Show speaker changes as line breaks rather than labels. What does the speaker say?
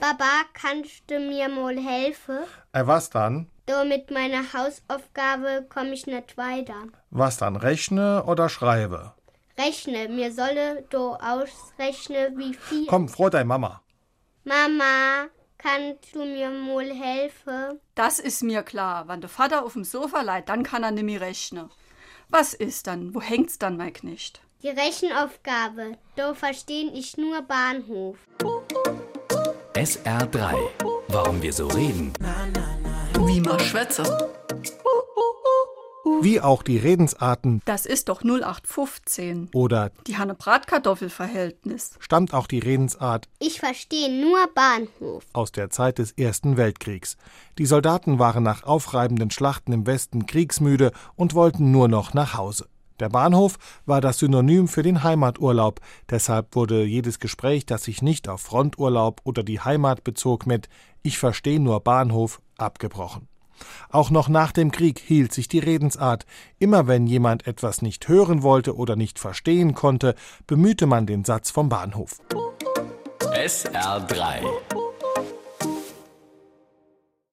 Baba, kannst du mir mal helfen?
Äh, was dann?
Da mit meiner Hausaufgabe komme ich nicht weiter.
Was dann? Rechne oder schreibe?
Rechne, mir solle do ausrechnen, wie viel.
Komm, freu deine Mama.
Mama, kannst du mir mal helfen?
Das ist mir klar. Wenn der Vater auf dem Sofa leiht, dann kann er nimmer rechnen. Was ist dann? Wo hängt's dann, mein Knecht?
Die Rechenaufgabe, da verstehen ich nur Bahnhof.
SR3. Warum wir so reden.
Wie man schwätze.
Wie auch die Redensarten
Das ist doch 0815.
oder
Die Hanne Bratkartoffelverhältnis.
stammt auch die Redensart
Ich verstehe nur Bahnhof.
aus der Zeit des Ersten Weltkriegs. Die Soldaten waren nach aufreibenden Schlachten im Westen kriegsmüde und wollten nur noch nach Hause. Der Bahnhof war das Synonym für den Heimaturlaub, deshalb wurde jedes Gespräch, das sich nicht auf Fronturlaub oder die Heimat bezog, mit Ich verstehe nur Bahnhof abgebrochen. Auch noch nach dem Krieg hielt sich die Redensart. Immer wenn jemand etwas nicht hören wollte oder nicht verstehen konnte, bemühte man den Satz vom Bahnhof.
SR3.